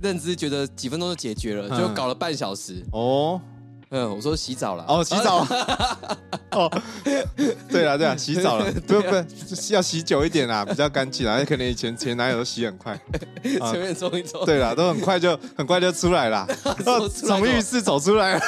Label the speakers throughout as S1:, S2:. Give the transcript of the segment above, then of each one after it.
S1: 认知觉得几分钟就解决了，就
S2: 嗯
S1: 搞了半小时。
S2: 哦
S1: 嗯，我说洗澡了。
S2: 哦，洗澡哦，对了对 了，洗澡了，不不，
S1: 啊
S2: 要洗久一点啦，比较干净啦。可能以前前男友都洗很 快，
S1: 啊，随便冲一冲。
S2: 对啦，都很快就很快就出来啦， 哦
S1: 走出来
S2: 从浴室走出来。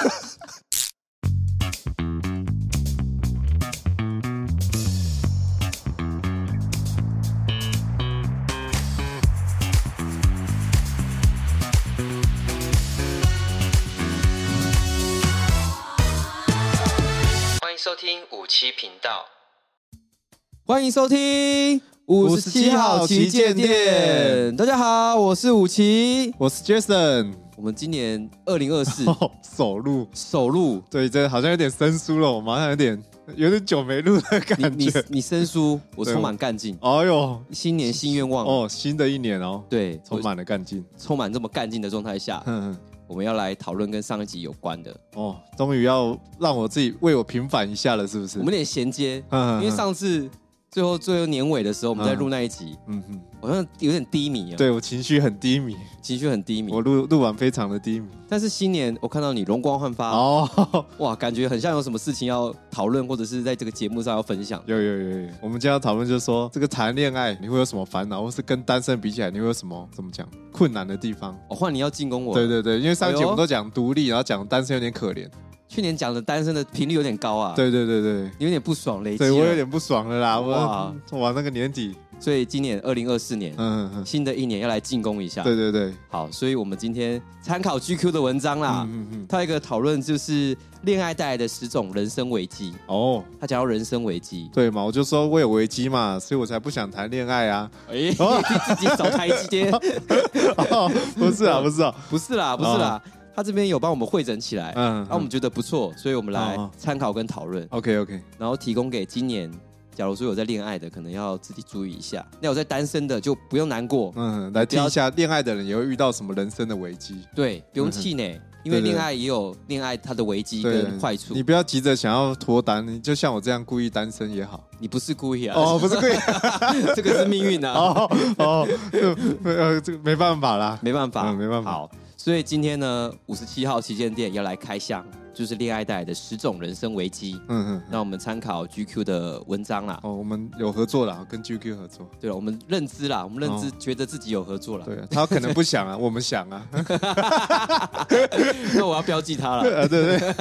S3: 欢迎收听五七频道。
S1: 欢迎收听
S2: 57号旗舰店。
S1: 大家好，我是五七。
S2: 我是 Jason，
S1: 我们今年二零二四
S2: 哦，走路，
S1: 首录，
S2: 对，这好像有点生疏了，我马上有点有点久没录的
S1: 你
S2: 感
S1: 你
S2: 觉。
S1: 你生疏，我
S2: 对
S1: 充满干劲。
S2: 哎呦，
S1: 新年新愿望，
S2: 哦，新的一年哦，
S1: 对，
S2: 充满嗯了干劲。
S1: 我充满这么干劲的状态下，
S2: 哼哼
S1: 我们要来讨论跟上一集有关的。
S2: 哦，终于要让我自己为我平反一下了，是不是？
S1: 我们有点衔接，
S2: 嗯
S1: 因为上次最后最后年尾的时候，我们在录那一集，
S2: 嗯哼，
S1: 好像有点低迷啊，，
S2: 对我情绪很低迷，
S1: 情绪很低迷
S2: 我。录录完非常的低迷。
S1: 但是新年我看到你容光焕发，
S2: 哦，
S1: 哇，感觉很像有什么事情要讨论，或者是在这个节目上要分享。
S2: 有有有有，我们今天要讨论就是说，这个谈恋爱你会有什么烦恼，或是跟单身比起来，你会有什么怎么讲困难的地方？
S1: 我、哦换你要进攻我，
S2: 对对对，因为上一
S1: 哎
S2: 集
S1: 呦
S2: 我们都讲独立，然后讲单身有点可怜。
S1: 去年讲的单身的频率有点高啊，，
S2: 对对对对，
S1: 有点不爽累积，
S2: 对我有，点不爽了
S1: 哎
S2: 啦，
S1: 哇
S2: 我哇那个年底，
S1: 所以今年二零二四年、
S2: 嗯嗯
S1: 新的一年要来进攻一下。
S2: 嗯，对，对对，
S1: 好，所以我们今天参考 GQ 的文章啦，
S2: 嗯嗯嗯，
S1: 它有一个讨论就是恋爱带来的十种人生危机，
S2: 哦，
S1: 他讲到人生危机，
S2: 对嘛，我就说我有危机嘛，所以我才不想谈恋爱啊。
S1: 哎、
S2: 哦
S1: 自己找台 阶，
S2: 哦不是
S1: 哎
S2: 啊，不是啊，
S1: 不是啦，不是啦，他这边有帮我们会诊起来，
S2: 嗯，
S1: 哎那、我们觉得不错，所以我们来
S2: 嗯嗯
S1: 参考跟讨论，
S2: OK OK，
S1: 然后提供给今年，假如说有在恋爱的，可能要自己注意一下；那有在单身的，就不用难过，
S2: 嗯，来听一下恋爱的人也会遇到什么人生的危机。
S1: 对，不用气
S2: 嗯
S1: 馁，因为
S2: 对对
S1: 恋爱也有恋爱它的危机跟坏处，
S2: 你
S1: 你
S2: 不要急着想要脱单，你就像我这样故意单身也好。
S1: 你不是故意啊，
S2: 哦，不是故意，
S1: 这个是命运啊，
S2: 哦哦，呃，这个没办法啦。
S1: 没办法，
S2: 嗯没办法
S1: 好，所以今天呢，五十七号旗舰店要来开箱，就是恋爱带来的十种人生危机。
S2: 嗯嗯，
S1: 那我们参考 GQ 的文章啦，
S2: 哦，我们有合作啦，跟 GQ 合作。
S1: 对了，我们认知啦，我们认知觉得自己有合作啦，
S2: 哦对啊，他可能不 想啊，我们想啊。
S1: 那我要标记他了。
S2: 啊，对对对，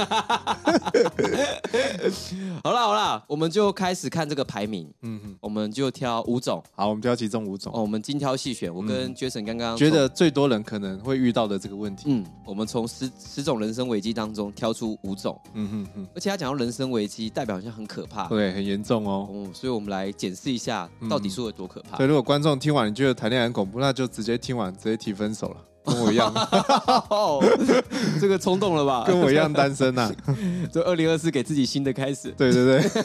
S1: 好啦好啦，我们就开始看这个排名，
S2: 嗯嗯，
S1: 我们就挑五种
S2: 好，我们挑其中五种，
S1: 哦，我们精挑细选。我跟 Jason 刚刚
S2: 觉得最多人可能会遇到的这个问题。
S1: 从，嗯，我们从十十种人生危机当中挑出五种，
S2: 嗯嗯嗯，
S1: 而且他讲到人生危机，代表好像很可怕，
S2: 对，很严重哦。
S1: 嗯，所以我们来检视一下到底说有多可怕
S2: 所。以如果观众听完你觉得谈恋爱很恐怖，那就直接听完直接提分手了，跟我一样，
S1: 哦， 这个冲动了吧？
S2: 跟我一样单身啊呐、
S1: 就二零二四给自己新的开始。
S2: 对对对，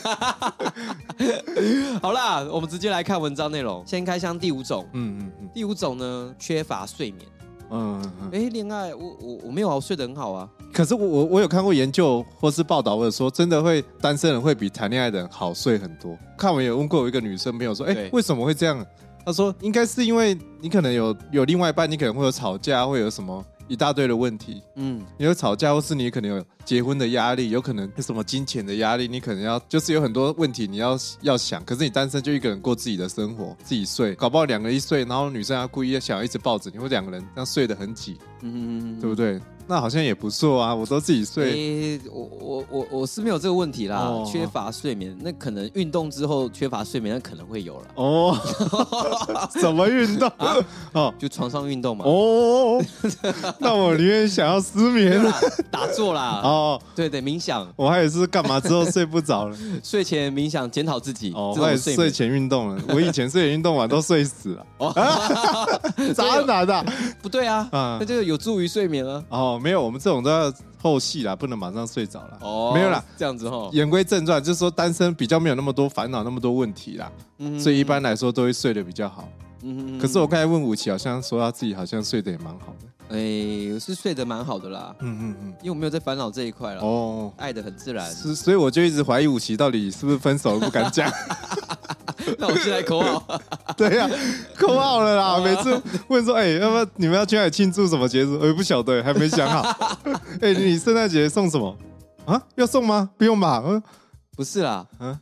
S1: 好啦，我们直接来看文章内容。先开箱第五种，
S2: 嗯嗯
S1: 第五种呢，缺乏睡眠。
S2: 嗯嗯嗯。
S1: 哎、恋爱，我我我没有啊，我睡得很好啊。
S2: 可是我我我有看过研究或是报道，或者说真的会单身人会比谈恋爱的人好睡很多。看我有问过有一个女生朋友说，哎、
S1: 对
S2: 为什么会这样？她说应该是因为你可能有有另外一半，你可能会有吵架，会有什么一大堆的问题。
S1: 嗯，
S2: 你有吵架，或是你可能有结婚的压力，有可能有什么金钱的压力，你可能要就是有很多问题你要要想。可是你单身就一个人过自己的生活，自己睡，搞不好两个人一睡，然后女生还故意想要一直抱着你，或两个人这样睡得很挤，
S1: 嗯
S2: 对不对？那好像也不错啊，我都自己睡。
S1: 诶我我我我是没有这个问题啦，
S2: 哦
S1: 缺乏睡眠，那可能运动之后缺乏睡眠，那可能会有了，
S2: 哦， 什么 运动？
S1: 啊
S2: 哦
S1: 就床上运动嘛，
S2: 哦，那我宁愿想要失眠
S1: 对 啦打坐 啦，
S2: 哦。
S1: 对对，冥想，
S2: 我还以为是干嘛之后睡不着了，
S1: 睡前冥想，检讨自己，
S2: 哦，
S1: 这
S2: 我也
S1: 种睡
S2: 是睡
S1: 眠，哦
S2: 前运动了。我以前睡前运动完都睡死了， 渣男的
S1: 不对啊，
S2: 啊
S1: 那！就有助于睡眠啊。
S2: 哦，没有，我们这种都要后戏啦，不能马上睡着啦。
S1: 哦，
S2: 没有啦。，
S1: 这样子哈，
S2: 言归正传，就是说单身比较没有那么多烦恼，那么多问题啦，
S1: 嗯
S2: 所以一般来说都会睡得比较好。
S1: 嗯
S2: 可是我刚才问武奇，好像说他自己好像睡得也蛮好的。
S1: 哎，我是睡得蛮好的啦，
S2: 嗯嗯
S1: 因为我没有在烦恼这一块
S2: 嗯。
S1: 了，
S2: 哦，
S1: 爱的很自然。
S2: 是，所以我就一直怀疑武奇到底是不是分手了不敢讲。
S1: 那我现在口
S2: 嗯
S1: 号，
S2: 对呀、扣好了啦！每次问说，哎、要不要你们要去哪里庆祝什么节日？我、也不晓得，还没想 好。哎、你圣诞节送什么啊？要送吗？不用吧？嗯，
S1: 不是啦，
S2: 嗯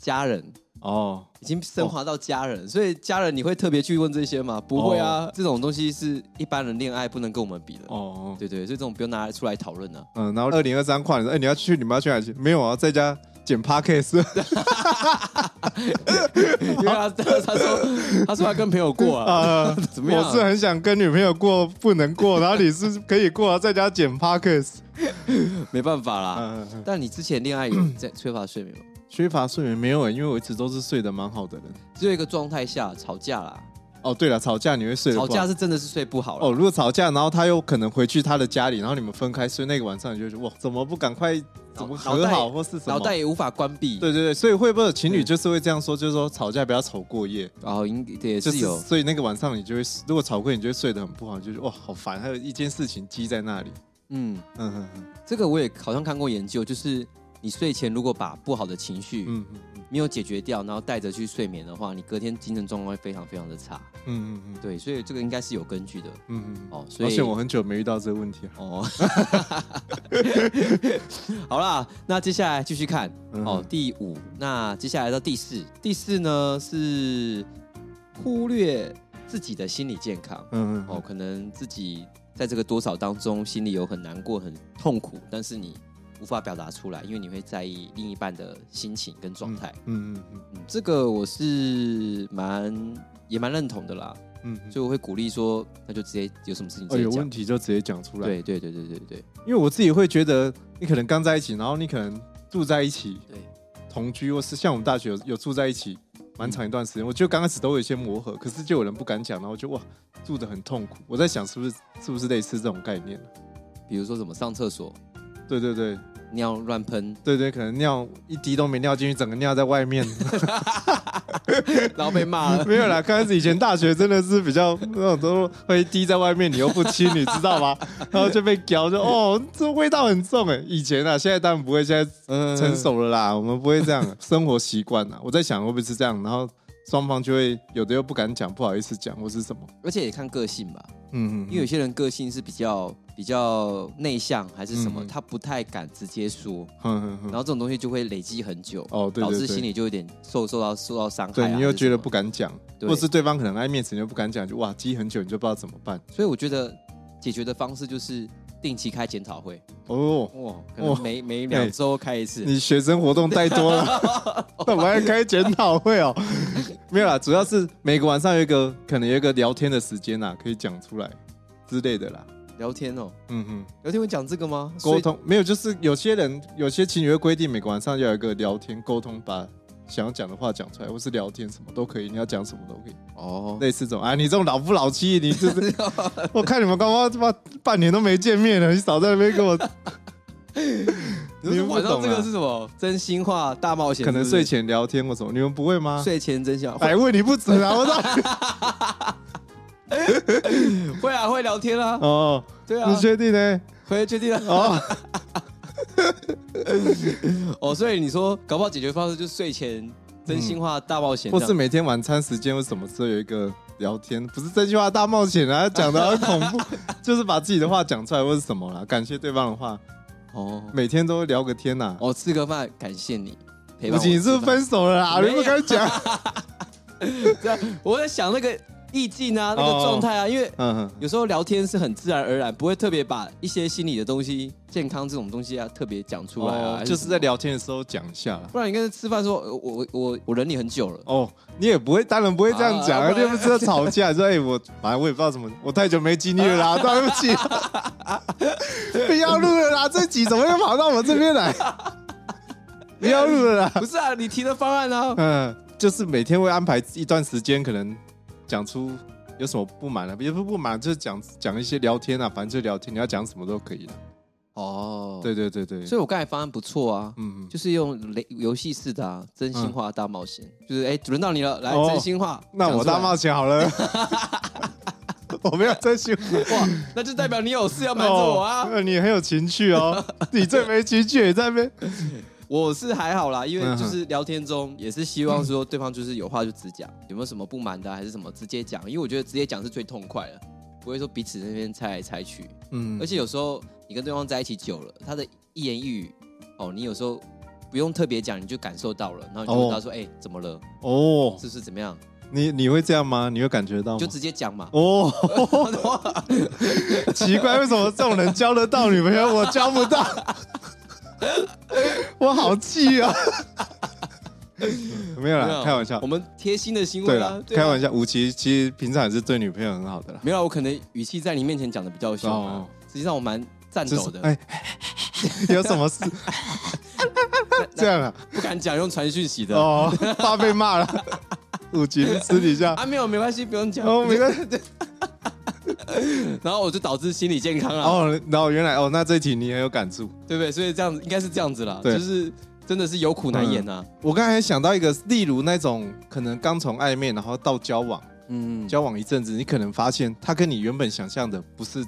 S1: 家人
S2: 哦，
S1: 已经升华到家人，所以家人你会特别去问这些
S2: 哦
S1: 吗？不会啊，这种东西是一般人恋爱不能跟我们比的。
S2: 哦，
S1: 对对，所以这种不用拿出来讨论啊 了。
S2: 嗯，然后二零二三跨年说，哎、你要去，你们要去哪里？没有啊，在家剪 podcast。
S1: 因为他他说他说他跟朋友过啊，
S2: 啊，
S1: 怎么样
S2: 我是很想跟女朋友过，不能过，然后你是可以过，在家剪 podcast。
S1: 没办法啦。
S2: 嗯、嗯
S1: 但你之前恋爱有在缺乏睡眠吗？
S2: 缺乏睡眠没有、欸，因为我一直都是睡得蛮好的人。
S1: 只有一个状态下吵架啦，
S2: 哦，对了，吵架你会睡得不
S1: 吵
S2: 好
S1: 架是真的是睡不好了。
S2: 哦，如果吵架，然后他有可能回去他的家里，然后你们分开睡，那个晚上你就觉得哇，怎么不赶快怎么和
S1: 脑
S2: 好
S1: 袋
S2: 或是什么？
S1: 脑袋也无法关闭。
S2: 对对对，所以会不会有情侣就是会这样说，就是说吵架不要吵过夜，
S1: 哦，应也
S2: 就是
S1: 有，
S2: 所以那个晚上你就会，如果吵过夜，你就会睡得很不好，你就觉得哇好烦，还有一件事情积在那里。
S1: 嗯，
S2: 嗯嗯嗯
S1: 这个我也好像看过研究，就是你睡前如果把不好的情绪
S2: 嗯嗯嗯
S1: 没有解决掉，然后带着去睡眠的话，你隔天精神状况会非常非常的差。
S2: 嗯嗯嗯
S1: 对，所以这个应该是有根据的。
S2: 嗯嗯。
S1: 哦，所
S2: 而
S1: 以
S2: 且我很久没遇到这个问题了。
S1: 哦， 好啦，那接下来继续看
S2: 嗯
S1: 哦，第五，那接下来到第四，第四呢是忽略自己的心理健康
S2: 嗯嗯
S1: 哦，可能自己在这个多少当中心里有很难过、很痛苦，但是你无法表达出来，因为你会在意另一半的心情跟状态。
S2: 嗯嗯嗯
S1: 嗯，这个我是蛮也蛮认同的啦，
S2: 嗯嗯，
S1: 所以我会鼓励说，那就直接有什么事情直
S2: 哦
S1: 接
S2: 有
S1: 讲
S2: 问。题就直接讲出来。，
S1: 对对对对对对
S2: 因为我自己会觉得，你可能刚在一起，然后你可能住在一起，
S1: 对。
S2: 同居，或是像我们大学有有住在一起蛮长一段时间，我觉得刚开始都有一些磨合，可是就有人不敢讲，然后就哇住的很痛苦。我在想是不是是不是类似这种概念？
S1: 比如说什么上厕所
S2: 对对对
S1: 尿乱 喷，
S2: 对对，可能尿一滴都没尿进去，整个尿在外 面。
S1: 然后被骂了。
S2: 没有啦，刚开始以前大学真的是比较那种都会滴在外面，你又不清，你知 道吗？然后就被叼，就哦这味道很重哎。以前啊，现在当然不会，现在
S1: 嗯
S2: 成熟了啦，我们不会 这样，生活习惯啦。我在想会不会是这样，然后双方就会有的又不敢讲，不好意思讲，或是什么。
S1: 而且也看个性吧，
S2: 嗯
S1: 因为有些人个性是比较比较内向还是什么，
S2: 嗯
S1: 他不太敢直接说，
S2: 嗯嗯
S1: 然
S2: 嗯，
S1: 后这种东西就会累积很久，
S2: 哦对对
S1: 导致
S2: 对
S1: 心里就有点受受到受到伤害、啊。
S2: 对你又觉得不
S1: 敢，
S2: 敢讲，
S1: 对
S2: 或是对方可能爱面子，你又不敢讲，就哇积很久，你就不知道怎么办。
S1: 所以我觉得解决的方式就是定期开检讨会，
S2: 哦，
S1: 哇，可能
S2: 哇
S1: 每 每两周开一次。
S2: 你学生活动太多了， 那我还开检讨会哦。没有啦，主要是每个晚上有一个可能有一个聊天的时间啊啦，可以讲出来之类的啦。
S1: 聊天哦，
S2: 嗯哼，
S1: 聊天会讲这个吗？
S2: 沟通没有，就是有些人有些情侣会规定每个晚上要有一个聊天沟通，把想要讲的话讲出来，或是聊天什么都可以，你要讲什么都可以，
S1: 哦，
S2: 类似这种啊。你这种老夫老妻，你就是 我看你们刚刚他妈半年都没见面了，你少在那边跟我。
S1: 你
S2: 们
S1: 们
S2: 不
S1: 晚上
S2: 懂
S1: 这个
S2: 啊
S1: 是什么？真心话大冒险
S2: 可
S1: 是不
S2: 能
S1: 是，
S2: 睡前啊聊天或什么，你们不会吗？
S1: 睡前真心话，
S2: 百问你不止啊！我操！
S1: 会啊，会聊天啊，
S2: 哦，
S1: 对啊
S2: 你，确定呢？
S1: 回确定啊。
S2: 哦，
S1: 哦，所以你说搞不好解决方式就是睡前真心话大冒险这
S2: 或
S1: 样，
S2: 是每天晚餐时间或什么时候有一个聊天，不是真心话大冒险啊，讲的很恐 怖，就是把自己的话讲出来或是什么啦，感谢对方的话，
S1: 哦
S2: 每天都聊个 天呐、啊。
S1: 哦吃个饭，感谢你陪
S2: 不
S1: 伴我吃饭。
S2: 仅是不是分手了啦，
S1: 没
S2: 你
S1: 有
S2: 不敢 讲。
S1: 这样，啊我在想那个意境啊，那个
S2: 哦
S1: 状态啊，因为
S2: 嗯，
S1: 有时候聊天是很自然而然，不会特别把一些心理的东西、健康这种东西啊特别讲出来啊，
S2: 哦
S1: 还
S2: 就是
S1: 什
S2: 在
S1: 么。
S2: 聊天的时候讲一下啦。
S1: 不然你跟他吃饭说，呃我我我我忍你很久了，
S2: 哦，你也不会，当然不会这样讲，
S1: 啊
S2: 而且不是在吵架，说哎、我反正我也不知道怎么，我太久没经历了 啦，对不起，不要录了啦，这集怎么又跑到我这边来？ 不要录了啦，
S1: 不是啊，你提的方案啊，
S2: 嗯，就是每天会安排一段时间，可能讲出有什么不满啊，也不是不满，就是讲讲一些聊天啊，反正就聊天，你要讲什么都可以了。
S1: 哦，
S2: 对，对对对，
S1: 所以我刚才方案不错啊，
S2: 嗯，嗯
S1: 就是用雷游戏式的啊，真心话大冒险，就是哎，轮到你了，来
S2: 哦
S1: 真心话，
S2: 那我大冒
S1: 险，
S2: 险 好了，我没有真心话。
S1: 哇，那就代表你有事要瞒着我啊
S2: 哦哦，那你很有情趣哦，你最没情趣，也在那边
S1: 我是还好啦，因为
S2: 嗯哼
S1: 就是聊天中也是希望说对方就是有话就直讲，有没有什么不满的啊还是什么直接讲，因为我觉得直接讲是最痛快的，不会说彼此那边猜来猜去。
S2: 嗯
S1: 而且有时候你跟对方在一起久了，他的一言一语，哦，你有时候不用特别讲，你就感受到了，然后你就问他说：“哎、怎么了？
S2: 哦，
S1: 是不是怎么样
S2: 你你会这样吗？你会感觉到吗？
S1: 就直接讲嘛。
S2: 哦， 奇怪，为什么这种人交得到女朋友，我交不到？ 我好气啊！没有
S1: 没
S2: 啦，
S1: 有
S2: 开玩笑
S1: 我。们贴心的行
S2: 对
S1: 为
S2: 啦
S1: 啊，，
S2: 开玩
S1: 笑。
S2: 笑。吴奇其实平常也是对女朋友很好的啦。
S1: 没有，我可能语气在你面前讲的比较凶、啊
S2: 哦
S1: 实际上我蛮颤
S2: 就
S1: 抖
S2: 是
S1: 的，
S2: 哎，有什 么事？这样啊？
S1: 不敢讲用传讯息的。
S2: 哦，怕被骂了。吴奇私底下
S1: 啊，没有，没关系，不用讲。
S2: 哦，没关系。
S1: 然后我就导致心理健康了，啊
S2: 哦，然后原来哦，那这一题你很有感触。
S1: 对不对？所以这样子应该是这样子啦，
S2: 对
S1: 就是真的是有苦难言呐、啊。
S2: 我刚才想到一个，例如那种可能刚从暧昧然后到交往。
S1: 嗯，
S2: 交往一阵子，你可能发现他跟你原本想象的不是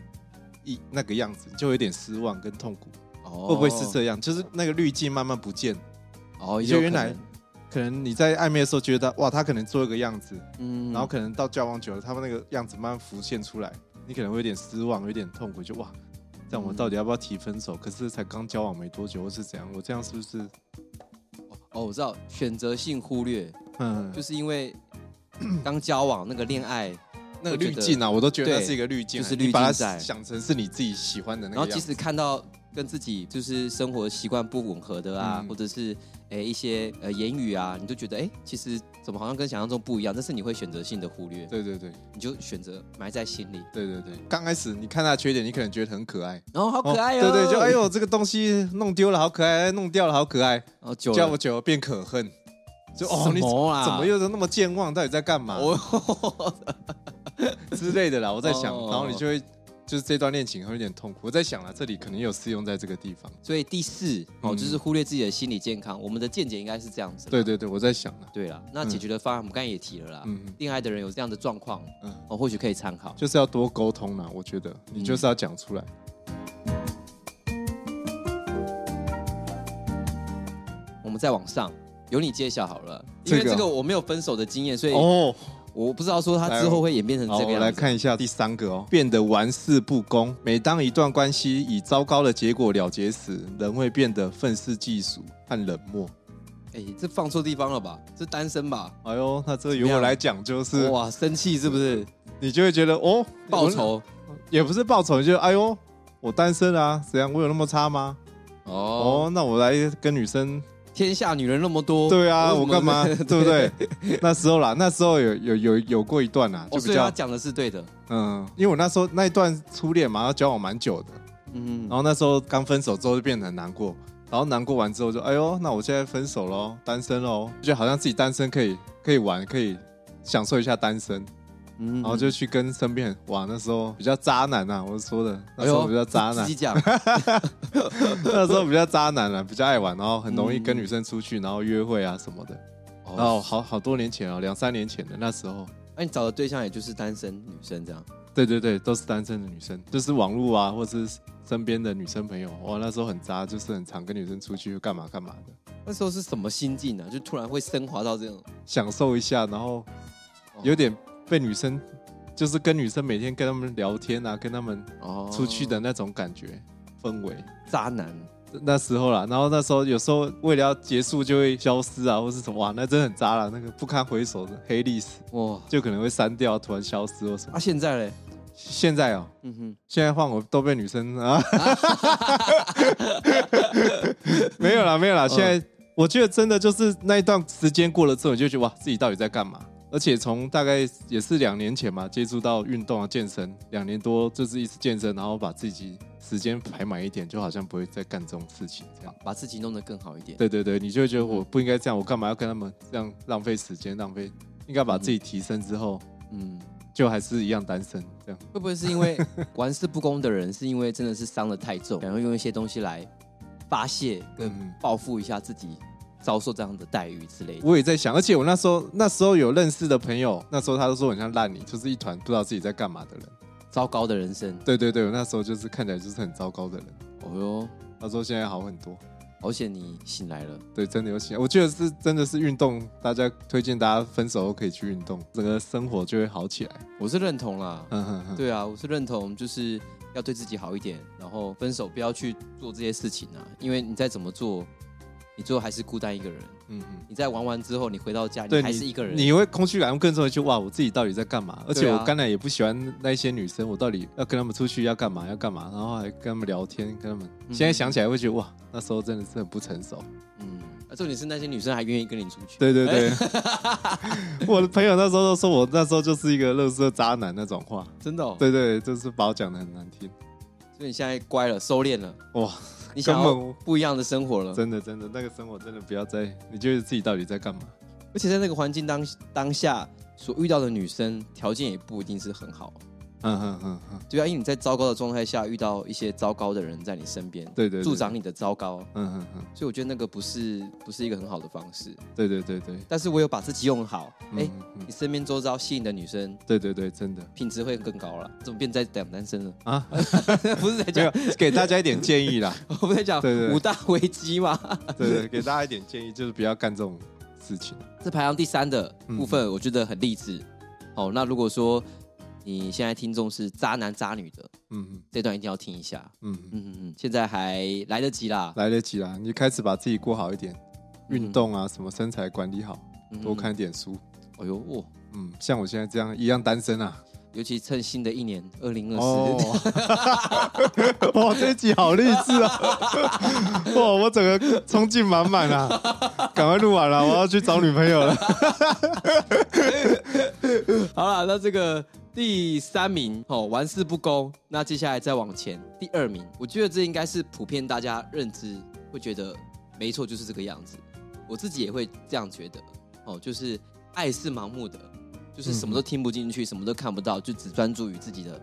S2: 一那个样子，你就有点失望跟痛苦。
S1: 哦
S2: 会不会是？这样？就是那个滤镜慢慢不见，
S1: 哦，
S2: 你
S1: 也
S2: 就
S1: 有
S2: 原
S1: 可
S2: 来
S1: 能
S2: 可能你在暧昧的时候觉得哇，他可能做一个样子，
S1: 嗯
S2: 然后可能到交往久了，他们那个样子慢慢浮现出来，你可能会有点失望，有点痛苦，就哇。这样我到底要不要提分手？可是才刚交往没多久，或是怎样？我这样是不是？
S1: 哦，我知道选择性忽略，
S2: 嗯，
S1: 就是因 为刚交往那个恋爱，
S2: 那个
S1: 我觉
S2: 滤
S1: 得
S2: 镜啊，我都觉得
S1: 对
S2: 那是一个滤镜啊，
S1: 就是
S2: 你
S1: 滤
S2: 把它
S1: 镜在
S2: 想成是你自己喜欢的那
S1: 然后
S2: 个样
S1: 即
S2: 子。
S1: 使看到跟自己就是生活习惯不吻合的啊，
S2: 嗯
S1: 或者是诶一些呃言语啊，你就觉得诶其实怎么好像跟想象中不一样，但是你会选择性的忽略，
S2: 对对对，
S1: 你就选择埋在心里，
S2: 对对对，刚开始你看他的缺点，你可能觉得很可爱，
S1: 然后好可爱哦，
S2: 对对，就哎，呦这个东西弄丢了好可爱，哎弄掉了好可爱，
S1: 然后哦久
S2: 叫
S1: 了
S2: 我久了变可恨，就
S1: 什
S2: 哦你怎
S1: 么啊？
S2: 么又那么健忘，到底在干嘛
S1: 我
S2: 之类的啦？我在想，
S1: 哦
S2: 然后你就会就是这段恋情会有点痛苦。我在想啊，这里可能有适用在这个地方。
S1: 所以第四哦，
S2: 嗯
S1: 就是忽略自己的心理健康。我们的见解应该是这样子啦。
S2: 对对对，我在想啊，
S1: 对啦，那解决的方案我们刚才也提了啦。
S2: 嗯，
S1: 恋爱的人有这样的状况，
S2: 嗯
S1: 哦，或许可以参考。
S2: 就是要多沟通啦。我觉得你
S1: 嗯
S2: 就是要讲出来。
S1: 我们再往上，由你揭晓好了，因
S2: 这个
S1: 为这个我没有分手的经验，所以
S2: 哦，
S1: 我不知道说他之后会演变成
S2: 好，
S1: 这个
S2: 我来
S1: 样子。
S2: 看一下第三个哦，变得玩世不恭。每当一段关系以糟糕的结果了结时，人会变得愤世嫉俗和冷漠。
S1: 哎，这放错地方了吧？这单身吧？
S2: 哎呦，那这由我来讲，就是
S1: 哇，生气是不是？
S2: 你就会觉得哦，
S1: 报仇
S2: 我也不是报仇，你就哎呦，我单身啊，怎样？我有那么差吗？
S1: 哦，哦
S2: 哦，那我来跟女生，
S1: 天下女人那么多，
S2: 对啊，
S1: 为什
S2: 我
S1: 么
S2: 干嘛？对不对？那时候啦，那时候有有有有过一段啊，
S1: 哦，
S2: 就
S1: 所
S2: 比
S1: 以他
S2: 较
S1: 讲的是对的。
S2: 嗯，因为我那时候那一段初恋嘛，要交往蛮久的，
S1: 嗯
S2: 然，后那时候刚分手之后就变得很难过，然后难过完之后就哎呦，那我现在分手喽，单身喽，就好像自己单身可以可以玩，可以享受一下单身，
S1: 然
S2: 然后就去跟身边人哇，那时候比较渣男啊，我说的那
S1: 哎
S2: 时
S1: 呦
S2: 候比较渣
S1: 自
S2: 男
S1: 己， 讲，
S2: 那时候比较渣男啊，比较爱玩，然后很容易跟女生出去，然后约会啊什么的。然
S1: 嗯
S2: 后
S1: 哦，哎
S2: 好好多年前哦，两三年前的那时候，
S1: 那你找的对象也就是单身女生这样。
S2: 对对对，都是单身的女生，就是网络啊，或是身边的女生朋友。哇，那时候很渣，就是很常跟女生出去干嘛干嘛的，
S1: 那时候是什么心境呢、啊？就突然会升华到这种，
S2: 享受一下，然后有点被女生，就是跟女生每天跟她们聊天啊，跟她们
S1: 哦
S2: 出去的那种感觉、氛围。
S1: 渣男，
S2: 那时候啦，然后那时候有时候为了要结束就会消失啊，或是什么哇，那真的很渣了，那个不堪回首的黑历史，
S1: 哇！
S2: 就可能会删掉，突然消失或什么
S1: 啊，。现在嘞，
S2: 现在哦、
S1: 嗯哼，
S2: 现在换我都被女生 啊，没有啦，没有啦。现在我觉得真的就是那一段时间过了之后，你就觉得哇，自己到底在干嘛？而且从大概也是两年前嘛，接触到运动啊、健身，两年多就是一直健身，然后把自己时间排满一点，就好像不会再干这种事情这样。
S1: 把自己弄得更好一点。
S2: 对对对，你就会觉得我不应该这样，我干嘛要跟他们这样浪费时间，浪费应该把自己提升之后，
S1: 嗯，
S2: 就还是一样单身这样。
S1: 会不会是因 为玩世不恭的人，是因为真的是伤得太重，然后用一些东西来发泄跟
S2: 嗯
S1: 报复一下自己遭受这样的待遇之类的？
S2: 我也在想，而且我那时候那时候有认识的朋友，那时候他都说我很像烂泥，就是一团不知道自己在干嘛的人。
S1: 糟糕的人生，
S2: 对对对，我那时候就是看起来就是很糟糕的人。
S1: 哦哟，
S2: 他说现在好很多，
S1: 而且你醒来了，
S2: 对，真的有喜欢。我觉得是真的是运动，大家推荐大家分手后可以去运动，整个生活就会好起来。
S1: 我是认同啦。
S2: 嗯哼哼，
S1: 对啊，我是认同，就是要对自己好一点，然后分手不要去做这些事情啊，因为你再怎么做，你最后还是孤单一个人。
S2: 嗯嗯，
S1: 你在玩完之后，你回到家，你
S2: 对，
S1: 还是一个人。
S2: 你会空虚感更重，就哇，我自己到底在干嘛？而且
S1: 对啊
S2: 我刚才也不喜欢那一些女生，我到底要跟她们出去要干嘛？要干嘛？然后还跟她们聊天，跟她们。
S1: 嗯
S2: 现在想起来会觉得哇，那时候真的是很不成熟。
S1: 嗯，啊重点是那些女生还愿意跟你出去。
S2: 对对对，
S1: 哎
S2: 我的朋友那时候都说我那时候就是一个乐色渣男那种话。
S1: 真的、哦。，
S2: 对对，就是把我讲的很难听。
S1: 所以你现在乖了，收敛了，
S2: 哇，
S1: 你想
S2: 根
S1: 要
S2: 本
S1: 不一样的生活了。
S2: 真的真的，那个生活真的不要再，你觉得自己到底在干嘛？
S1: 而且在那个环境当当下所遇到的女生条件也不一定是很好，
S2: 嗯哼哼哼，
S1: 对啊，因为你在糟糕的状态下遇到一些糟糕的人在你身边，
S2: 对对对
S1: 助长你的糟糕，
S2: 嗯哼哼，
S1: 所以我觉得那个不是不是一个很好的方式。
S2: 对对对对，
S1: 但是我有把自己用好，哎、
S2: 嗯嗯嗯
S1: 你身边周遭吸引的女生
S2: 对对对，真的
S1: 品质会更高了。怎么变在讲单身了？
S2: 啊，
S1: 不是在
S2: 没有
S1: 讲，
S2: 给大家一点建议啦，
S1: 我不在讲
S2: 对对对
S1: 五大危机嘛？
S2: 对对，给大家一点建议，就是不要干这种事情。
S1: 这排行第三的部分，我觉得很励志。好、那如果说你现在听众是渣男渣女的，
S2: 嗯
S1: 这段一定要听一下。
S2: 嗯嗯，
S1: 嗯嗯嗯，现在还来得及啦，
S2: 来得及啦，你开始把自己过好一点，运动啊，什么身材管理好，
S1: 嗯
S2: 多。看点书。
S1: 哎呦，哇！
S2: 嗯，像我现在这样一样单身啊。
S1: 尤其趁新的一年二零二
S2: 哦
S1: 四，，
S2: 哇，这一集好励志啊！哇，我整个冲劲满满啊！赶快录完了，我要去找女朋友了。
S1: 好了，那这个第三名哦，玩世不恭。那接下来再往前，第二名，我觉得这应该是普遍大家认知会觉得没错，就是这个样子。我自己也会这样觉得哦，就是爱是盲目的，就是什么都听不进去，什么都看不到，就只专注于自己的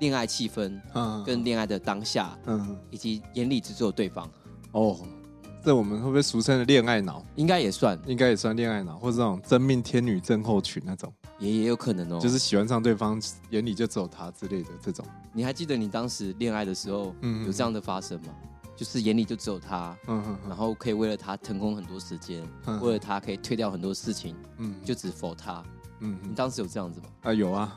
S1: 恋爱气氛
S2: 嗯
S1: 跟恋爱的当下，
S2: 嗯，
S1: 以及眼里只有对方，
S2: 哦，这我们会不会俗称的恋爱脑？
S1: 应该也算，
S2: 应该也算恋爱脑，或者那种真命天女症候群那种，
S1: 也也有可能哦。
S2: 就是喜欢上对方，眼里就只有他之类的这种。
S1: 你还记得你当时恋爱的时候，
S2: 嗯嗯
S1: 有这样的发生吗？就是眼里就只有他，
S2: 嗯嗯
S1: 然
S2: 嗯
S1: 后可以为了他腾空很多时间，
S2: 嗯
S1: 为了他可以推掉很多事情，
S2: 嗯，
S1: 就只否他。
S2: 嗯
S1: 你
S2: 嗯
S1: 当时有这样子吗？
S2: 啊有啊，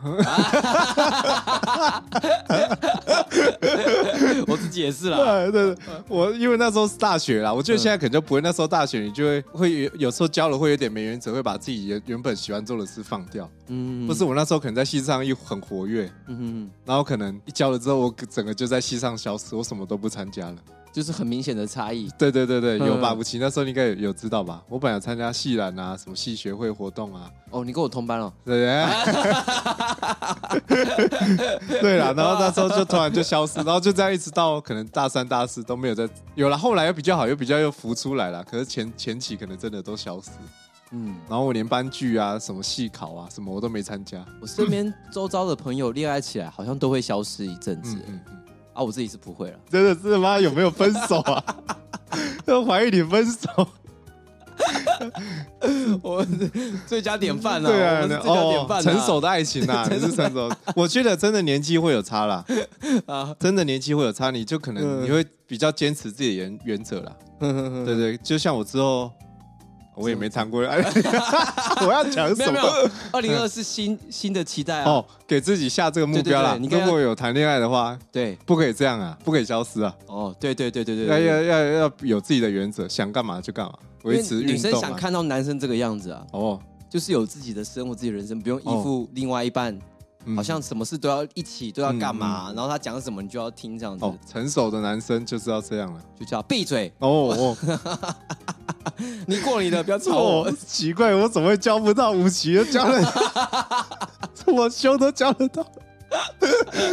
S1: 我自己也是啦。
S2: 对对，对我因为那时候是大学啦，我觉得现在可能就不会。那时候大学你就会会有有时候交了会有点没原则，会把自己原原本喜欢做的事放掉。
S1: 嗯
S2: 不是，我那时候可能在戏上一很活跃，
S1: 嗯，
S2: 然后可能一交了之后，我整个就在戏上消失，我什么都不参加了。
S1: 就是很明显的差异。
S2: 对对对对，
S1: 嗯
S2: 有吧？武奇那时候你应该有有知道吧？我本来有参加戏篮啊，什么戏学会活动啊，
S1: 哦，你跟我同班哦。
S2: 对 不对？对啦，然后那时候就突然就消失，然后就这样一直到可能大三、大四都没有在有了。后来又比较好，又比较又浮出来了。可是前前期可能真的都消失，
S1: 嗯，
S2: 然后我连班剧啊、什么戏考啊、什么我都没参加。
S1: 我身 边周遭的朋友恋爱起来好像都会消失一阵子
S2: 嗯嗯嗯，
S1: 啊，我自己是不会了。
S2: 真的是妈有没有分手 啊？都怀疑你分手。
S1: 我们最佳典范啊，
S2: 对啊，
S1: 我们是最佳典
S2: 哦，
S1: 范啊，
S2: 成熟的爱情 啊，你是成熟。我觉得真的年纪会有差 啦，
S1: 啊。
S2: 真的年纪会有差，你就可
S1: 嗯
S2: 能你会比较坚持自己的原原则啦。
S1: 对
S2: 对对，就像我之后，我也没谈过恋爱， 我要讲
S1: 没
S2: 什
S1: 有没有
S2: 么？，
S1: 二零二是新新的期待啊。
S2: 哦，给自己下这个目标啦
S1: 对对对。你刚刚
S2: 如果有谈恋爱的话，
S1: 对，
S2: 不可以这样啊，不可以消失啊，
S1: 哦，对对对对对
S2: 要
S1: 对，
S2: 要要要有自己的原则，想干嘛就干嘛，维持
S1: 因为女
S2: 运
S1: 生
S2: 动
S1: 想
S2: 啊。
S1: 看到男生这个样子啊，
S2: 哦，
S1: 就是有自己的生活、自己的人生，不用依附另外一半，
S2: 嗯
S1: 好像什么事都要一起，都要干嘛，
S2: 嗯
S1: 然后他讲什么你就要听这样子，
S2: 哦，成熟的男生就是要这样了。
S1: 就叫闭嘴，
S2: 哦哦
S1: 你过你的，不要吵我
S2: 哦，。奇怪，我怎么会教不到吴奇？又教了，我凶都教得到。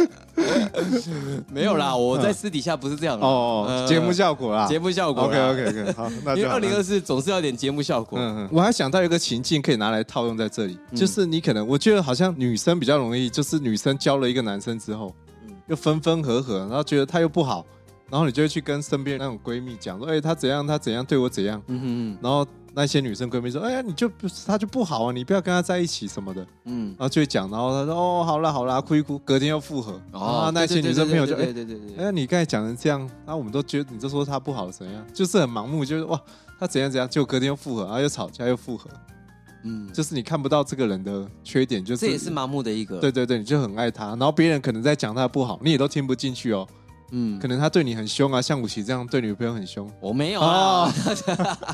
S1: 没有啦，我在私底下不是这样啦
S2: 嗯哦，
S1: 呃
S2: 节目效果啦，
S1: 节目效果啦啊
S2: OK OK OK，好，那
S1: 因为
S2: 就好
S1: 二零二四总是要有点节目效果，
S2: 嗯，嗯，我还想到一个情境可以拿来套用在这里，
S1: 嗯
S2: 就是你可能我觉得好像女生比较容易，就是女生交了一个男生之后，
S1: 嗯
S2: 又分分合合，然后觉得他又不好，然后你就会去跟身边那种闺蜜讲说，哎、他怎样，他怎样对我怎样，
S1: 嗯哼
S2: 然后那些女生闺蜜说：“哎呀，你就不她就不好啊，你不要跟她在一起什么的。”
S1: 嗯，
S2: 然后就会讲，然后她说：“哦，好啦好啦，哭一哭，隔天又复合。”啊，那些
S1: 哦对对对
S2: 女生朋友就
S1: 对对
S2: 哎
S1: 对对
S2: 哎
S1: 对，
S2: 呀，你刚才讲成这样，那、我们都觉得你就说她不好怎样，就是很盲目，就是哇，她怎样怎样，结果隔天又复合，然后又吵架又复合，
S1: 嗯，
S2: 就是你看不到这个人的缺点，就是
S1: 这也是盲目的一个，
S2: 对，对对，你就很爱他，然后别人可能在讲他的不好，你也都听不进去哦。
S1: 嗯
S2: 可，能他对你很凶啊，像武奇这样对女朋友很凶，
S1: 我没有啊，
S2: 哦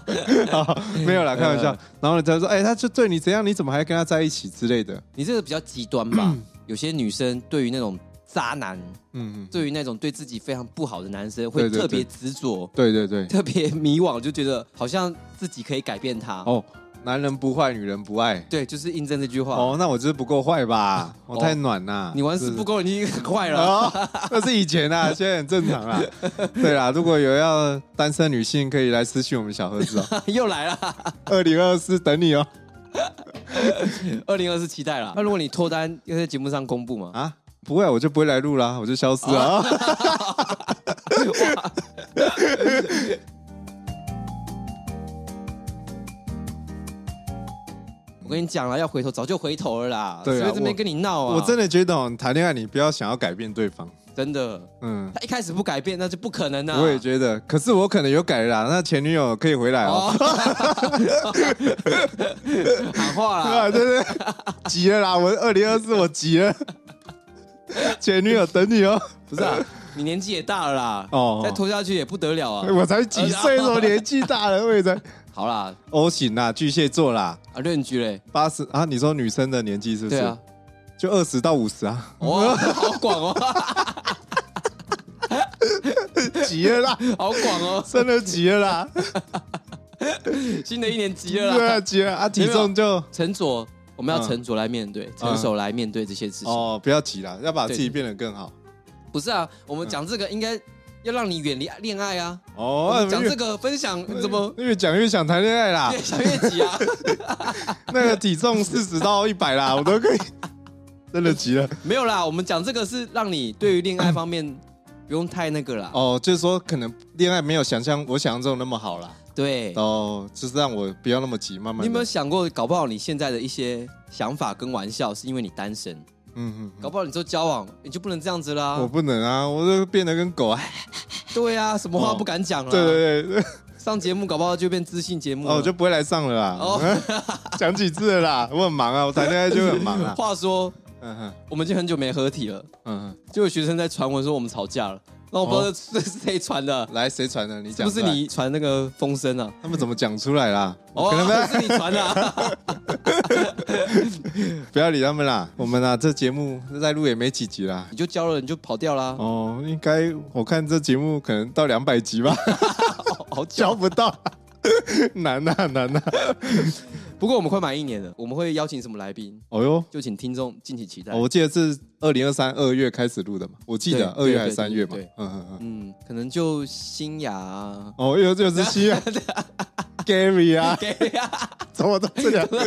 S2: 没有啦，开玩笑。
S1: 嗯
S2: 然后人家说，哎、他就对你怎样，你怎么还跟他在一起之类的。
S1: 你这个比较极端 吧？有些女生对于那种渣男，
S2: 嗯，嗯，
S1: 对于那种对自己非常不好的男生，
S2: 对
S1: 会
S2: 对
S1: 特别
S2: 对
S1: 执着，
S2: 对对对。
S1: 特别迷惘，就觉得好像自己可以改变他。
S2: 哦，男人不坏，女人不爱。
S1: 对，就是印证这句话。
S2: 哦，那我就是不够坏 吧？我、
S1: 哦
S2: 太暖啦、
S1: 你玩死不够，你已经很快了。
S2: 哦， 那是以前啊，现在很正常啦。对啦，如果有要单身女性，可以来私讯我们小盒子 哦。
S1: 又来了，
S2: 二零二四等你哦。
S1: 二零二四期待了。那如果你脱单，要在节目上公布吗？
S2: 啊，不会，我就不会来录啦，我就消失了。啊
S1: 哦我跟你讲了，要回头早就回头了啦。
S2: 对啊
S1: 谁会这边
S2: 我
S1: 跟你闹啊，
S2: 我真的觉得哦，谈恋爱你不要想要改变对方。
S1: 真的，
S2: 嗯，
S1: 他一开始不改变，那就不可能啊。
S2: 我也觉得，可是我可能有改啦，那前女友可以回来哦。
S1: 哦喊话
S2: 对 啊，
S1: 啦，
S2: 对对，急了啦！我二零二四我急了，前女友等你哦。
S1: 不是啊，你年纪也大了啦，
S2: 哦
S1: 再拖下去也不得了啊。
S2: 我才几岁，
S1: 哦
S2: 我年纪大了，我也才
S1: 好啦，
S2: O 型啦，巨蟹座啦，
S1: 啊，论据嘞，
S2: 八十啊，你说女生的年纪是不
S1: 对
S2: 是
S1: 啊？，
S2: 就二十到五十啊，
S1: 哦，好广哦，
S2: 急了啦，
S1: 好广哦，
S2: 真的急了啦，
S1: 新的一年急了
S2: 对
S1: 啦。
S2: 啊，急了啊，体重就
S1: 沉着，我们要
S2: 嗯
S1: 沉着来面对，成熟来面对这些事情。
S2: 哦，不要急啦，要把自己
S1: 对
S2: 变得更好。
S1: 不是啊，我们讲这个应该要让你远离恋爱啊。我
S2: 哦
S1: 们，讲这个分享怎么
S2: 越讲越想谈恋爱 啦
S1: 越？想越急啊？
S2: 那个体重四十到一百 啦，我都可以，真的急了。
S1: 没有啦，我们讲这个是让你对于恋爱方面 不用太那个啦。
S2: 哦，就是说可能恋爱没有想象我想象中那么好啦。
S1: 对，
S2: 哦，就是让我不要那么急，慢慢地。
S1: 你有没有想过，搞不好你现在的一些想法跟玩笑，是因为你单身，
S2: 嗯？嗯嗯，
S1: 搞不好你都交往，你就不能这样子
S2: 我
S1: 啦。
S2: 不能啊，我就变得跟 狗啊。
S1: 对啊，什么话不敢讲了。
S2: 对对对，
S1: 上节目搞不好就变知性节目了。
S2: 哦，我就不嗯会来上了啦。
S1: 嗯哦，。
S2: 讲几次了啦，我很忙啊，我谈恋爱就很忙啊
S1: 话说，
S2: 嗯嗯
S1: 我们已经很久没合体了，
S2: 嗯
S1: 就有学生在传闻说我们吵架了，那我不知道这 是谁传的
S2: 嗯，，来谁传的？你
S1: 是
S2: 哦讲
S1: 不是
S2: 出来？
S1: 你传那个风声啊？
S2: 他们怎么讲出来啦？
S1: 哦
S2: 可能， 不
S1: 是你传的 啊，
S2: 不要理他们啦。我们啊，这节目在录也没几集啦。
S1: 你就交了，你就跑掉啦，
S2: 哦，应该我看这节目可能到两百集吧，
S1: 好
S2: 交
S1: 久。
S2: 不到， 难呐难啊呐。
S1: 不过我们快满一年了，我们会邀请什么来宾，
S2: 哦哟，
S1: 就请听众敬请期待
S2: 哦。我记得是二零二三二月开始录的嘛，我记得二
S1: 对
S2: 月还
S1: 对
S2: 是三月嘛
S1: 对对，
S2: 嗯嗯嗯，
S1: 嗯，可能就新雅啊，
S2: 哦，又 又是西啊，Gary 啊，
S1: 给啊，
S2: 怎么都这两个，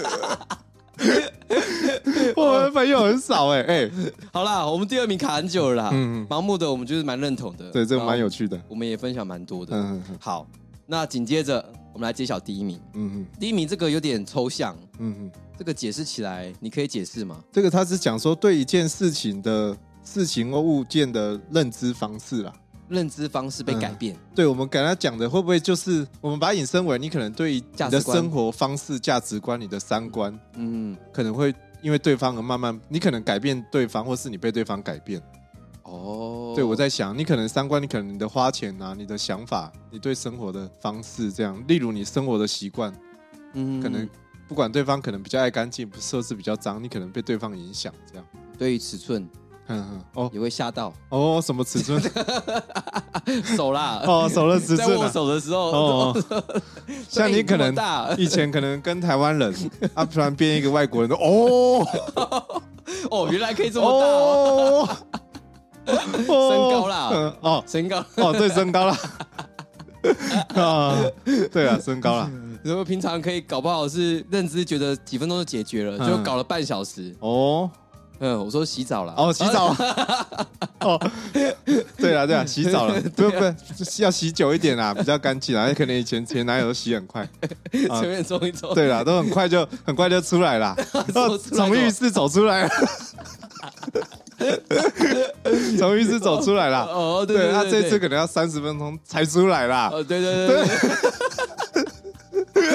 S2: 我们朋友很少哎哎，
S1: 好啦，我们第二名卡很久了啦，
S2: 嗯嗯
S1: 盲目的我们就是蛮认同的，
S2: 对，这个蛮
S1: 然后
S2: 有趣的，
S1: 我们也分享蛮多的。
S2: 嗯嗯嗯
S1: 好，那紧接着我们来揭晓第一名。
S2: 嗯
S1: 第一名这个有点抽象，
S2: 嗯嗯嗯，
S1: 这个解释起来你可以解释吗？
S2: 这个他是讲说对一件事情的事情或物件的认知方式啦。
S1: 认知方式被
S2: 嗯
S1: 改变，
S2: 对我们刚才讲的，会不会就是我们把它引申为你可能对于
S1: 价
S2: 你
S1: 值
S2: 的
S1: 观
S2: 生活方式、价值观、你的三观，
S1: 嗯，
S2: 可能会因为对方而慢慢，你可能改变对方，或是你被对方改变。
S1: 哦，
S2: 对我在想，你可能三观，你可能你的花钱啊，你的想法，你对生活的方式这样，例如你生活的习惯，
S1: 嗯
S2: 可能不管对方可能比较爱干净，不是是比较脏，你可能被对方影响这样。
S1: 对于尺寸
S2: 哼哼，哦
S1: 也会吓 到
S2: 哦，什么尺 寸？
S1: 手啦，
S2: 哦，手 的尺
S1: 在
S2: 寸
S1: 握
S2: 啊。
S1: 手的时候，
S2: 哦， 像你可
S1: 哎这么
S2: 能
S1: 大
S2: 以前可能跟台 湾人，啊，突然变一个外国人，哦，
S1: 哦，原来可以 这
S2: 这
S1: 么大哦，
S2: 哦，身
S1: 高啦
S2: 哦，
S1: 身高。
S2: 哦，对，身高啦。啊，对啊，身高啦。
S1: 如果平常可以搞不好是认知觉得几分钟就解决了，
S2: 嗯
S1: 就搞了半小时。
S2: 哦，
S1: 嗯，我说洗澡了，
S2: 啊哦，洗澡。哦，对啦对啦，洗澡了，不不，就是要洗久一点啦，比较干净啦。可能以前前男友都洗很 快，啊
S1: 随便冲一冲。
S2: 对啦，都很快就很快就出来啦，
S1: 走
S2: 哦
S1: 出来
S2: 从浴室走出来了， 从浴室走出来啦。
S1: 哦，对
S2: 对
S1: 对
S2: 他
S1: 对对，
S2: 这次可能要三十分钟才出来啦。
S1: 哦，对对对对。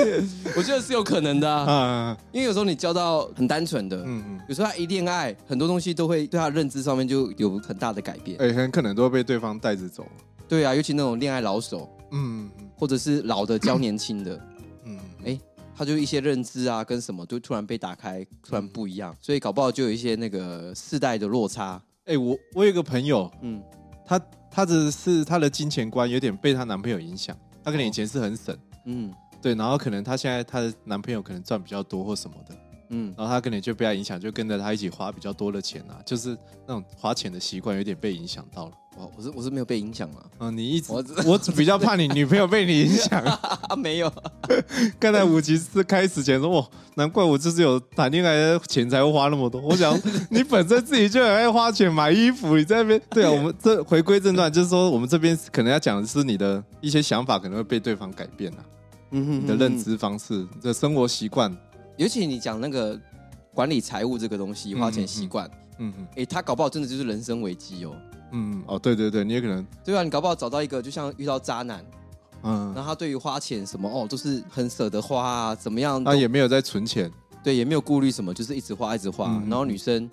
S1: 我觉得是有可能的啊、
S2: 啊，
S1: 因为有时候你交到很单纯的，
S2: 嗯嗯，
S1: 有时候他一恋爱，很多东西都会对他认知上面就有很大的改变。
S2: 哎，很可能都会被对方带着走。
S1: 对啊，尤其那种恋爱老手，
S2: 嗯嗯
S1: 或者是老的教年轻 的，
S2: 嗯，
S1: 哎他就一些认知啊跟什么就突然被打开，突然不一样，所以搞不好就有一些那个世代的落差。
S2: 哎，我我有一个朋友，
S1: 嗯，
S2: 她她只是她的金钱观有点被她男朋友影响，她可能以前是很省。
S1: 嗯
S2: 对，然后可能她现在她的男朋友可能赚比较多或什么的，
S1: 嗯，
S2: 然后她可能就被他影响，就跟着他一起花比较多的钱啊，就是那种花钱的习惯有点被影响到了。
S1: 我我是我是没有被影响啊嘛？
S2: 嗯，你一直
S1: 我
S2: 我
S1: 只
S2: 比较怕你女朋友被你影响。
S1: 啊，没 有，
S2: 刚才五级是开始前说，哇，难怪我就是有谈恋爱的钱才会花那么多。我想 你本身自己就很爱花钱买衣服，你在那边对啊，我们这回归正传，就是说我们这边可能要讲的是你的一些想法可能会被对方改变啊，
S1: 嗯哼
S2: 你的认，知方式、你的生活习惯，
S1: 尤其你讲那个管理财务这个东西，花钱习惯，
S2: 嗯嗯
S1: 哎、他搞不好真的就是人生危机哦。
S2: 嗯，哦，对对对，你也可能，
S1: 对啊，你搞不好找到一个，就像遇到渣男，
S2: 嗯，
S1: 然后他对于花钱什么哦，都是很舍得花啊，怎么样都
S2: 他也没有在存钱，
S1: 对，也没有顾虑什么，就是一直花一直花。
S2: 嗯
S1: 然后女生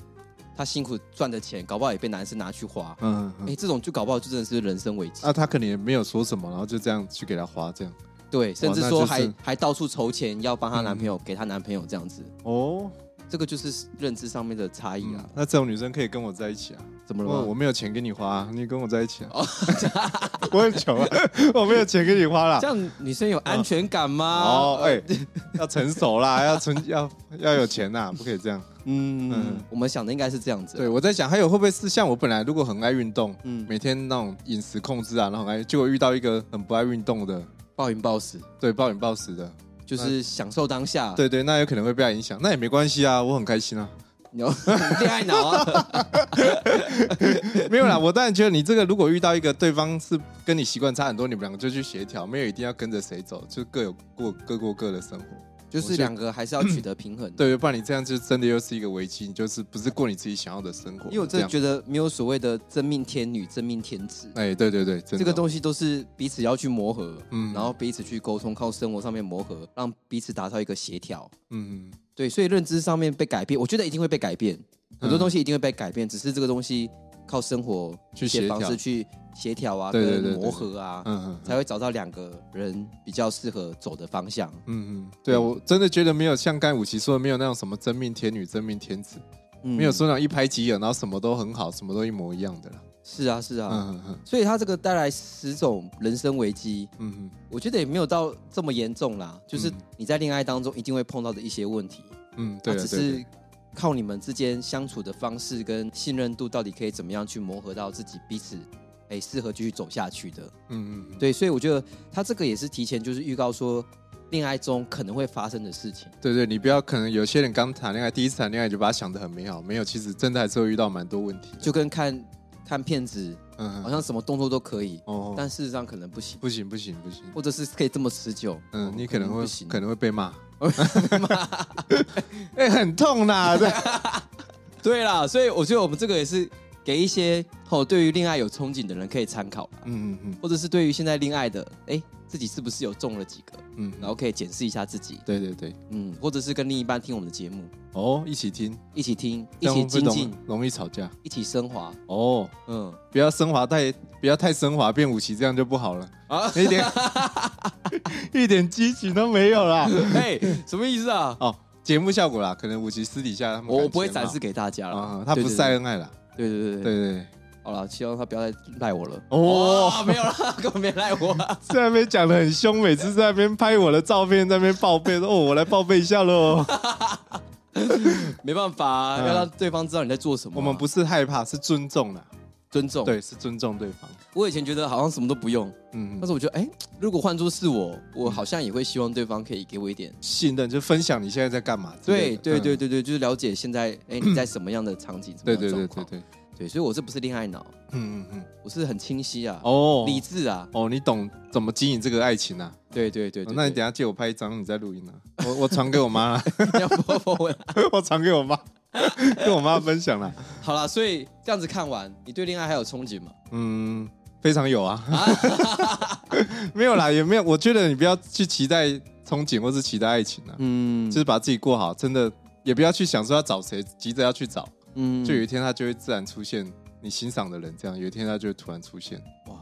S1: 她辛苦赚的钱，搞不好也被男生拿去花。
S2: 嗯，
S1: 哎、
S2: 嗯嗯
S1: 这种就搞不好就真的是人生危机。
S2: 啊，他可能也没有说什么，然后就这样去给他花，这样，
S1: 对，甚至
S2: 那
S1: 说
S2: 就是嗯
S1: 还、还到处筹钱要帮她男朋友、给她男朋友这样子，
S2: 哦，
S1: 这个就是认知上面的差异啊。
S2: 嗯那这种女生可以跟我在一起啊。
S1: 怎么了
S2: 我
S1: 吗？
S2: 我没有钱跟你花、你跟我在一起啊？ 我很穷啊， 我没有钱跟你花啦
S1: 这。样女生有安全感吗？
S2: 哦，哎、要成熟啦， 要存，要要有钱呐，不可以这样。
S1: 嗯，
S2: 嗯
S1: 我们想的应该是这样子。
S2: 对，我在想，还有会不会是像我本来如果很爱运动，
S1: 嗯，
S2: 每天那种饮食控制啊，然后还结果遇到一个很不爱运动的，
S1: 暴饮暴食
S2: 对，暴饮暴食的，
S1: 就是享受当下。，
S2: 对对，那有可能会被他影响，那也没关系啊，我很开心啊。
S1: 有 恋爱脑 啊。
S2: 没有啦，我当然觉得你这个如果遇到一个对方是跟你习惯差很多，你们两个就去协调，没有一定要跟着谁走，就各有过各过各的生活。
S1: 就是两个还是要取得平衡。，
S2: 对，不然你这样就真的又是一个危机，你就是不是过你自己想要的生活。
S1: 因为我
S2: 这
S1: 真的
S2: 样，
S1: 觉得没有所谓的真命天女、真命天子，
S2: 哎，对对对，真的
S1: 这个东西都是彼此要去磨合，
S2: 嗯
S1: 然后彼此去沟通，靠生活上面磨合，让彼此达到一个协调。
S2: 嗯，
S1: 对，所以认知上面被改变，我觉得一定会被改变，
S2: 嗯
S1: 很多东西一定会被改变，只是这个东西靠生活
S2: 去
S1: 一些
S2: 协
S1: 方式
S2: 调
S1: 去协调啊，
S2: 对对对
S1: 跟
S2: 对
S1: 磨合啊，
S2: 嗯嗯
S1: 才会找到两个人比较适合走的方向。
S2: 嗯嗯，对啊，我真的觉得没有像刚才武奇说的，没有那种什么真命天女、真命天子，
S1: 嗯
S2: 没有说那种一拍即合，然后什么都很好，什么都一模一样的啦。
S1: 是啊，是啊，
S2: 嗯嗯
S1: 所以他这个带来十种人生危机，
S2: 嗯
S1: 我觉得也没有到这么严重啦，就是
S2: 嗯
S1: 你在恋爱当中一定会碰到的一些问题，
S2: 嗯，
S1: 它
S2: 对
S1: 啊只
S2: 对
S1: 是
S2: 对，
S1: 靠你们之间相处的方式跟信任度，到底可以怎么样去磨合到自己彼此。哎，适合继续走下去的，
S2: 嗯嗯，
S1: 对，所以我觉得他这个也是提前就是预告说，恋爱中可能会发生的事情。
S2: 对对，你不要可能有些人刚谈恋爱，第一次谈恋爱就把它想的很美好，没有，其实真的还是会遇到蛮多问题。
S1: 就跟看看片子，
S2: 嗯
S1: 好像什么动作都可以，
S2: 哦，
S1: 但事实上可能不行，
S2: 不行不行不行，
S1: 或者是可以这么持久。哦
S2: 嗯，你可能会
S1: 不行，
S2: 可能会 被骂， 哎，很痛 啦，对。
S1: 对啦，所以我觉得我们这个也是给一些哦，对于恋爱有憧憬的人可以参考啦，
S2: 嗯嗯
S1: 或者是对于现在恋爱的，哎，自己是不是有中了几个，
S2: 嗯
S1: 然后可以检视一下自己，
S2: 对对对，
S1: 嗯，或者是跟另一半听我们的节目，
S2: 哦，一起听，
S1: 一起听，
S2: 这
S1: 一
S2: 样
S1: 起
S2: 会不会
S1: 精进，
S2: 容容易吵架
S1: 一起升华，
S2: 哦。
S1: 嗯，
S2: 不要升华太，不要太升华变武器，这样就不好了
S1: 啊
S2: 啊，一点 一点激情都没有啦。
S1: 哎，什么意思啊？
S2: 哦，节目效果啦，可能武器私底下他们
S1: 我我
S2: 感情
S1: 不会
S2: 很
S1: 展
S2: 好
S1: 示给大家了
S2: 啊，，他不
S1: 对
S2: 晒，恩爱啦。
S1: 对对对对
S2: 对
S1: 对，
S2: 对对，
S1: 好了，希望他不要再赖我了。
S2: 哦
S1: 哇，没有啦，根本没赖我。
S2: 在那边讲的很凶，每次在那边拍我的照片，在那边报备说哦，我来报备一下喽。
S1: 没办法、
S2: 嗯
S1: 要让对方知道你在做什么啊、
S2: 我们不是害怕，是尊重啦。
S1: 尊重。，
S2: 对，是尊重对方。
S1: 我以前觉得好像什么都不用，
S2: 嗯
S1: 但，是我觉得，哎、如果换作是我，我好像也会希望对方可以给我一点。
S2: 信任就分享你现在在干嘛之类
S1: 对对
S2: 的。
S1: 对
S2: 嗯
S1: 对对，就是了解现在，哎、你在什么样的场景，什么
S2: 对
S1: 样的
S2: 对对
S1: 状
S2: 对
S1: 况。
S2: 对。
S1: 对，所以我这不是恋爱脑，
S2: 嗯嗯嗯，
S1: 我是很清晰啊，
S2: 哦，
S1: 理智啊，
S2: 哦，你懂怎么经营这个爱情啊？
S1: 对对对
S2: 哦
S1: 对
S2: 那你
S1: 对
S2: 等一下借我拍一张，你再录音啊。我我传给我妈 啦，
S1: 要不否我
S2: 我传给我妈，跟我妈分享啦。
S1: 好啦，所以这样子看完，你对恋爱还有憧憬吗？
S2: 嗯，非常有啊， 没有啦，也没有。我觉得你不要去期待憧憬或是期待爱情啊，
S1: 嗯，
S2: 就是把自己过好，真的也不要去想说要找谁，急着要去找，
S1: 嗯
S2: 就有一天他就会自然出现你欣赏的人，这样有一天他就会突然出现。
S1: 哇，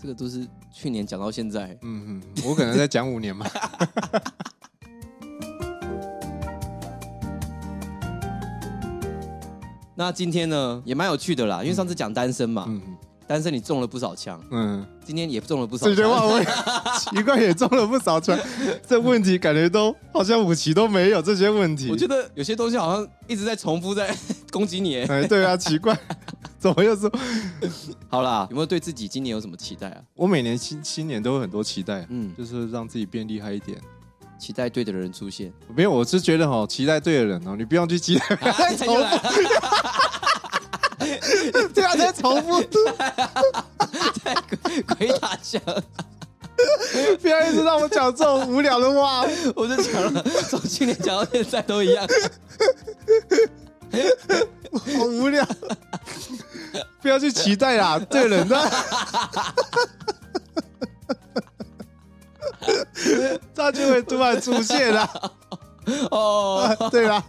S1: 这个都是去年讲到现在，
S2: 嗯 嗯，我可能再讲五年 嘛。
S1: 那今天呢也蛮有趣的啦，因为上次讲单身嘛，
S2: 嗯
S1: 单身你中了不少枪，
S2: 嗯，
S1: 今天也中了不少
S2: 这
S1: 枪。
S2: 句话我也 奇怪，也中了不少 枪。这问题感觉都好像武奇都没有这些问题。
S1: 我觉得有些东西好像一直在重复在 攻击你耶。
S2: 哎，对啊，奇怪，怎么又是
S1: 好啦，有没有对自己今年有什么期待啊？
S2: 我每年新新年都有很多期待啊，
S1: 嗯，
S2: 就是让自己变厉害一点。
S1: 期待对的人出 现。
S2: 没有，我是觉得哈，期待对的人哦，你不用去 期待，
S1: 啊又来了，
S2: 对啊，在重复，
S1: 鬼打墙，
S2: 不要一直让我讲这种无聊的话。
S1: 我就讲了，从去年讲到现在都一样。
S2: 好无聊，不要去期待 啦，对人啊的。他就会突然出现 啦，
S1: 哦，
S2: 对啊啦，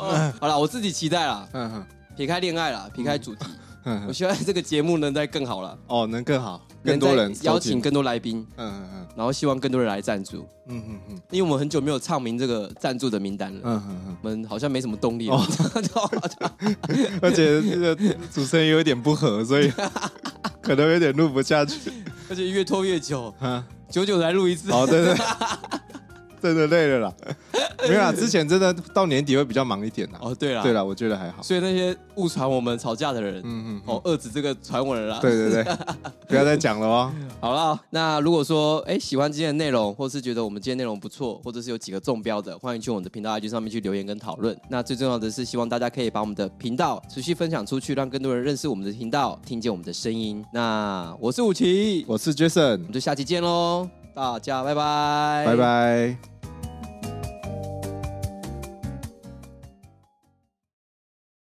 S1: 哦好啦，我自己期待啦，
S2: 嗯哼
S1: 撇开恋爱啦，撇开主题，
S2: 嗯
S1: 我
S2: 哼，
S1: 希望这个节目能再更好啦，
S2: 哦，能更好，更多
S1: 能
S2: 人
S1: 再邀请
S2: 收听，
S1: 更多来宾，
S2: 嗯嗯
S1: 然后希望更多人来赞助，
S2: 嗯嗯嗯
S1: 因为我们很久没有唱明这个赞助的名单了。
S2: 嗯嗯
S1: 我们好像没什么动力了，
S2: 哦嗯，而且这个主持人有点不合，所 以可能有点录不下去。
S1: 而且越拖越久，
S2: 啊，
S1: 久久才录一次。
S2: 哦，对对，真的累了啦，没有啦，啊之前真的到年底会比较忙一点啦。啊
S1: 哦，对了，
S2: 对啦，我觉得还好。
S1: 所以那些误传我们吵架的人，
S2: 嗯嗯，
S1: 哦，遏制这个传闻了啦。
S2: 对，对对，不要再讲了哦。
S1: 好了，那如果说哎喜欢今天的内容，或是觉得我们今天内容不错，或者是有几个中标的，欢迎去我们的频道 IG 上面去留言跟讨论。那最重要的是，希望大家可以把我们的频道持续分享出去，让更多人认识我们的频道，听见我们的声音。那我是武奇，我
S2: 我是 Jason，
S1: 们就下期见喽，大家拜拜，
S2: 拜。拜。